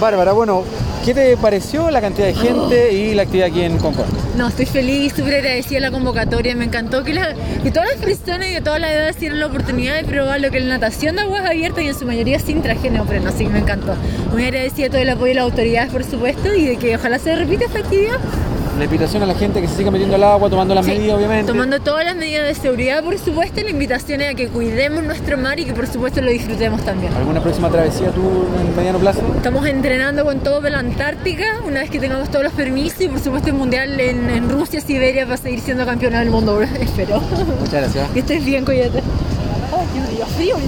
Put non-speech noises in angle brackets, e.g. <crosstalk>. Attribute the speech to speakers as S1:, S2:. S1: Bárbara, bueno, ¿qué te pareció la cantidad de gente y la actividad aquí en Concord?
S2: No, estoy feliz, súper agradecida a la convocatoria. Me encantó que, la- que todas las personas y de todas las edades tienen la oportunidad de probar lo que es la natación de aguas abiertas y en su mayoría sin traje neopreno, así que me encantó. Muy agradecida a todo el apoyo de las autoridades, por supuesto, y de que ojalá se repita esta actividad.
S1: La invitación a la gente que se siga metiendo al agua, tomando las
S2: Sí,
S1: medidas, obviamente.
S2: Tomando todas las medidas de seguridad, por supuesto, y la invitación es a que cuidemos nuestro mar y que por supuesto lo disfrutemos también.
S1: ¿Alguna próxima travesía tú en mediano plazo?
S2: Estamos entrenando con todo para la Antártica, una vez que tengamos todos los permisos y por supuesto el Mundial en, en Rusia, Siberia, va a seguir siendo campeona del mundo, <laughs> espero.
S1: Muchas gracias.
S2: Que estés bien, Coyote. Ay, qué frío, me